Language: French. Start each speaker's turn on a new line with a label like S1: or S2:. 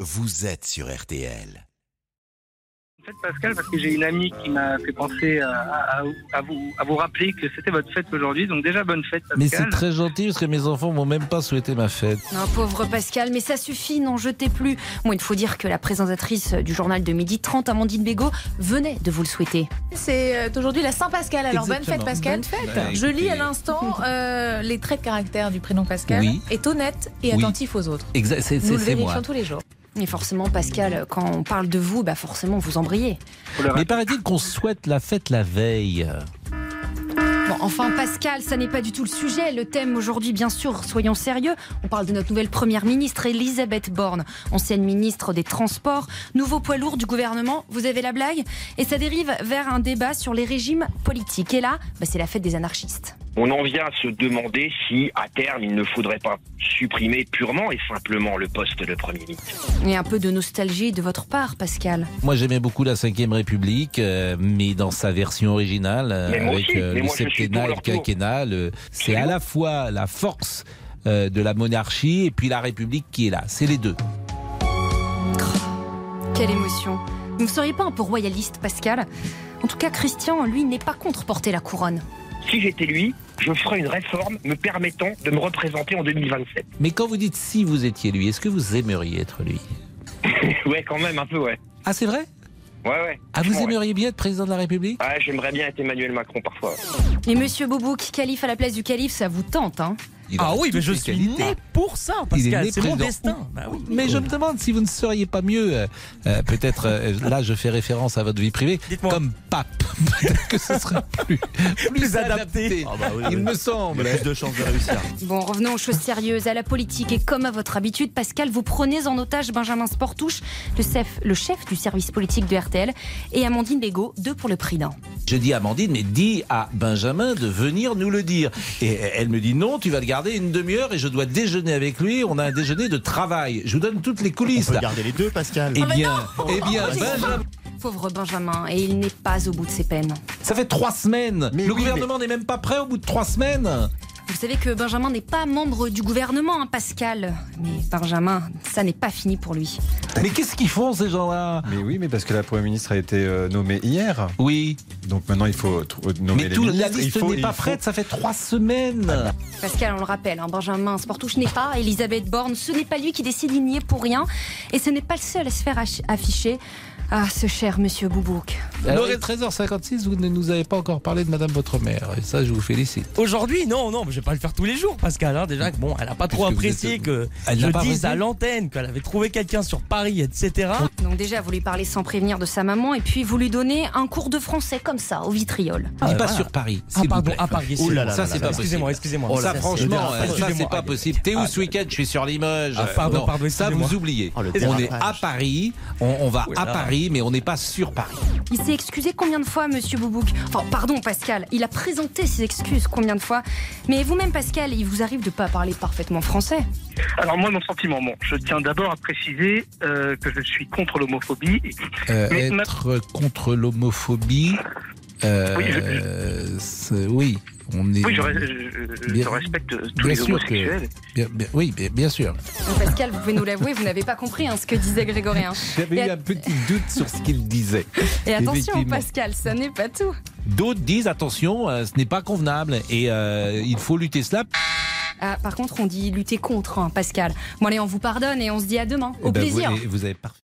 S1: vous êtes sur RTL.
S2: En fait, Pascal, parce que j'ai une amie qui m'a fait penser à, à- à vous, à vous rappeler que c'était votre fête aujourd'hui. Donc, déjà, bonne fête, Pascal.
S3: Mais c'est très gentil parce que mes enfants m'ont même pas souhaité ma fête.
S4: Non, pauvre Pascal, mais ça suffit, n'en jetez plus. Bon, il faut dire que la présentatrice du journal de midi 30, Amandine Bégaud, venait de vous le souhaiter.
S5: C'est euh, aujourd'hui la Saint-Pascal. Alors
S3: Exactement.
S5: bonne fête Pascal.
S3: Bah,
S5: Je lis à
S3: écoutez,
S5: l'instant euh, les traits de caractère du prénom Pascal.
S3: Oui.
S5: Est honnête et
S3: Oui.
S5: attentif aux autres.
S3: exa- C'est
S5: Nous
S3: c'est-
S5: le
S3: c'est
S5: vérifions
S3: moi.
S5: tous les jours.
S4: Et forcément, Pascal, quand on parle de vous, bah forcément, vous embrayez.
S2: Faut le
S3: Mais
S2: rappeler.
S3: paraît-il qu'on souhaite la fête la veille.
S4: Bon, enfin, Pascal, ça n'est pas du tout le sujet. Le thème aujourd'hui, bien sûr, soyons sérieux. On parle de notre nouvelle première ministre, Elisabeth Borne, ancienne ministre des Transports, nouveau poids lourd du gouvernement. Vous avez la blague Et ça dérive vers un débat sur les régimes politiques. Et là, bah, c'est la fête des anarchistes.
S6: On en vient à se demander si, à terme, il ne faudrait pas supprimer purement et simplement le poste de Premier ministre.
S4: Et un peu de nostalgie de votre part, Pascal.
S3: Moi j'aimais beaucoup la 5ème République, euh, mais dans sa version originale, euh,
S6: Mais moi
S3: avec
S6: aussi, mais
S3: le
S6: moi, je suis
S3: septennat
S6: pour
S3: et
S6: le
S3: le
S6: retour.
S3: quinquennat, le- c'est à
S6: Absolument.
S3: la fois la force euh, de la monarchie et puis la République qui est là. C'est les deux.
S4: Quelle émotion. Vous ne seriez pas un peu royaliste, Pascal En tout cas, Christian, lui, n'est pas contre porter la couronne.
S6: Si j'étais lui, je ferais une réforme me permettant de me représenter en 2027.
S3: Mais quand vous dites si vous étiez lui, est-ce que vous aimeriez être lui
S6: ouais, quand même, un peu, ouais.
S3: Ah c'est vrai
S6: Ouais, ouais.
S3: Ah vous
S6: Franchement, ouais.
S3: aimeriez bien être président de la République
S6: Ouais, j'aimerais bien être Emmanuel Macron parfois.
S4: Et monsieur Boubouk, calife à la place du calife, ça vous tente, hein
S3: Il
S7: Ah
S3: aurait
S7: oui, mais
S3: toutes
S7: je
S3: les
S7: suis
S3: qualités.
S7: né pour ça,
S3: Il est
S7: Pascal.
S3: né
S7: C'est mon
S3: président.
S7: destin. Bah oui.
S3: Mais je me demande si vous ne seriez pas mieux, euh, euh, peut-être, euh, là je fais référence à votre vie privée,
S7: Dites-moi.
S3: comme pape. peut-être que ce serait plus, plus, Ah bah
S7: Plus adapté.
S3: Il me semble.
S8: plus de chances de réussir.
S4: Bon, revenons aux choses sérieuses, à la politique. Et comme à votre habitude, Pascal, vous prenez en otage Benjamin Sportouche, le chef, le chef du service politique de RTL, et Amandine Bégaud, deux pour le prix d'un.
S3: Je dis à Amandine, mais dis à Benjamin de venir nous le dire. Et elle me dit non, tu vas le garder une demi-heure et je dois déjeuner avec lui. On a un déjeuner de travail. Je vous donne toutes les coulisses.
S8: On peut
S3: là.
S8: garder les deux, Pascal.
S3: Eh bien, eh bien, Benjamin,
S4: Pauvre Benjamin, et il n'est pas au bout de ses peines.
S3: ça fait trois semaines.
S8: Mais
S3: le
S8: oui,
S3: gouvernement n'est même pas prêt au bout de trois semaines.
S4: Vous savez que Benjamin n'est pas membre du gouvernement, hein, Pascal. Mais Benjamin, ça n'est pas fini pour lui.
S3: Mais qu'est-ce qu'ils font ces gens-là
S9: Mais oui, mais parce que la Première ministre a été euh, nommée hier.
S3: Oui,
S9: Donc maintenant, il faut tr- euh, nommer
S3: mais
S9: les
S3: tout, la
S9: ministres.
S3: liste
S9: il faut,
S3: n'est pas
S9: il faut-
S3: prête. Ça fait trois semaines.
S4: Pascal, on le rappelle, hein, Benjamin Sportouche n'est pas Elisabeth Borne. Ce n'est pas lui qui décide, il n'y est pour rien. Et ce n'est pas le seul à se faire ach- afficher. Ah, ce cher monsieur Boubouk.
S3: Alors, 13h56, vous ne nous avez pas encore parlé de Madame votre mère. Et ça, je vous félicite.
S7: Aujourd'hui, non, non, mais je vais pas le faire tous les jours, Pascal. hein. déjà, que, bon, elle a pas trop
S3: Puisque vous
S7: apprécié
S3: êtes- euh,
S7: que
S3: Elle
S7: je
S3: n'a pas
S7: dise
S3: apprécié
S7: à l'antenne qu'elle avait trouvé quelqu'un sur Paris, Ah, etc.
S4: Donc déjà, vous lui parlez sans prévenir de sa maman et puis vous lui donnez un cours de français comme ça, au vitriol.
S3: Dis
S7: Ah,
S3: pas
S7: voilà.
S3: sur Paris.
S7: Ah,
S3: s'il vous
S7: pardon,
S3: plaît.
S7: à Paris.
S8: Oh là là
S3: Ça,
S8: là
S3: c'est
S8: là
S3: pas
S8: là.
S7: Excusez-moi,
S3: possible.
S7: excusez-moi.
S3: Oh, ça,
S7: c'est-
S3: franchement,
S8: c'est-
S3: ça, c'est
S7: excusez-moi.
S3: pas possible. T'es où ce week-end Je suis sur Limoges.
S7: Ah, pardon,
S3: Non,
S7: pardon,
S3: ça,
S7: excusez-moi.
S3: vous oubliez.
S8: Oh, le
S3: on
S8: dérapage.
S3: est à Paris, on, on va
S7: Oui,
S3: à
S7: là.
S3: Paris, mais on n'est pas sur Paris.
S4: Il s'est excusé combien de fois, monsieur Boubouk Enfin, pardon, Pascal, il a présenté ses excuses combien de fois Mais vous-même, Pascal, il vous arrive de pas parler parfaitement français
S2: Alors, moi, mon sentiment, bon, je tiens d'abord à préciser euh, que je suis contre l'homophobie.
S3: Euh,
S2: Mais ma-
S3: être contre l'homophobie, euh,
S2: Oui,
S3: c'est- oui, on est.
S2: Oui, je, re- je- je-
S3: Bien-
S2: je respecte tous
S3: bien
S2: les
S3: sûr que-
S2: homosexuels.
S3: bien, bien- oui, bien, bien sûr.
S4: Donc, Pascal, vous pouvez nous l'avouer, vous n'avez pas compris hein, ce que disait Grégorien.
S9: J'avais
S4: Et
S9: eu
S4: à-
S9: un petit doute sur ce qu'il disait.
S4: Et attention,
S9: Effectivement.
S4: Pascal, ça n'est pas tout.
S3: D'autres disent attention, euh, ce n'est pas convenable et euh, il faut lutter cela.
S4: Ah, par contre, on dit lutter contre, hein, Pascal. Bon, allez, on vous pardonne et on se dit à demain. Au
S3: Eh ben, vous-
S4: plaisir.
S3: et vous avez parfait.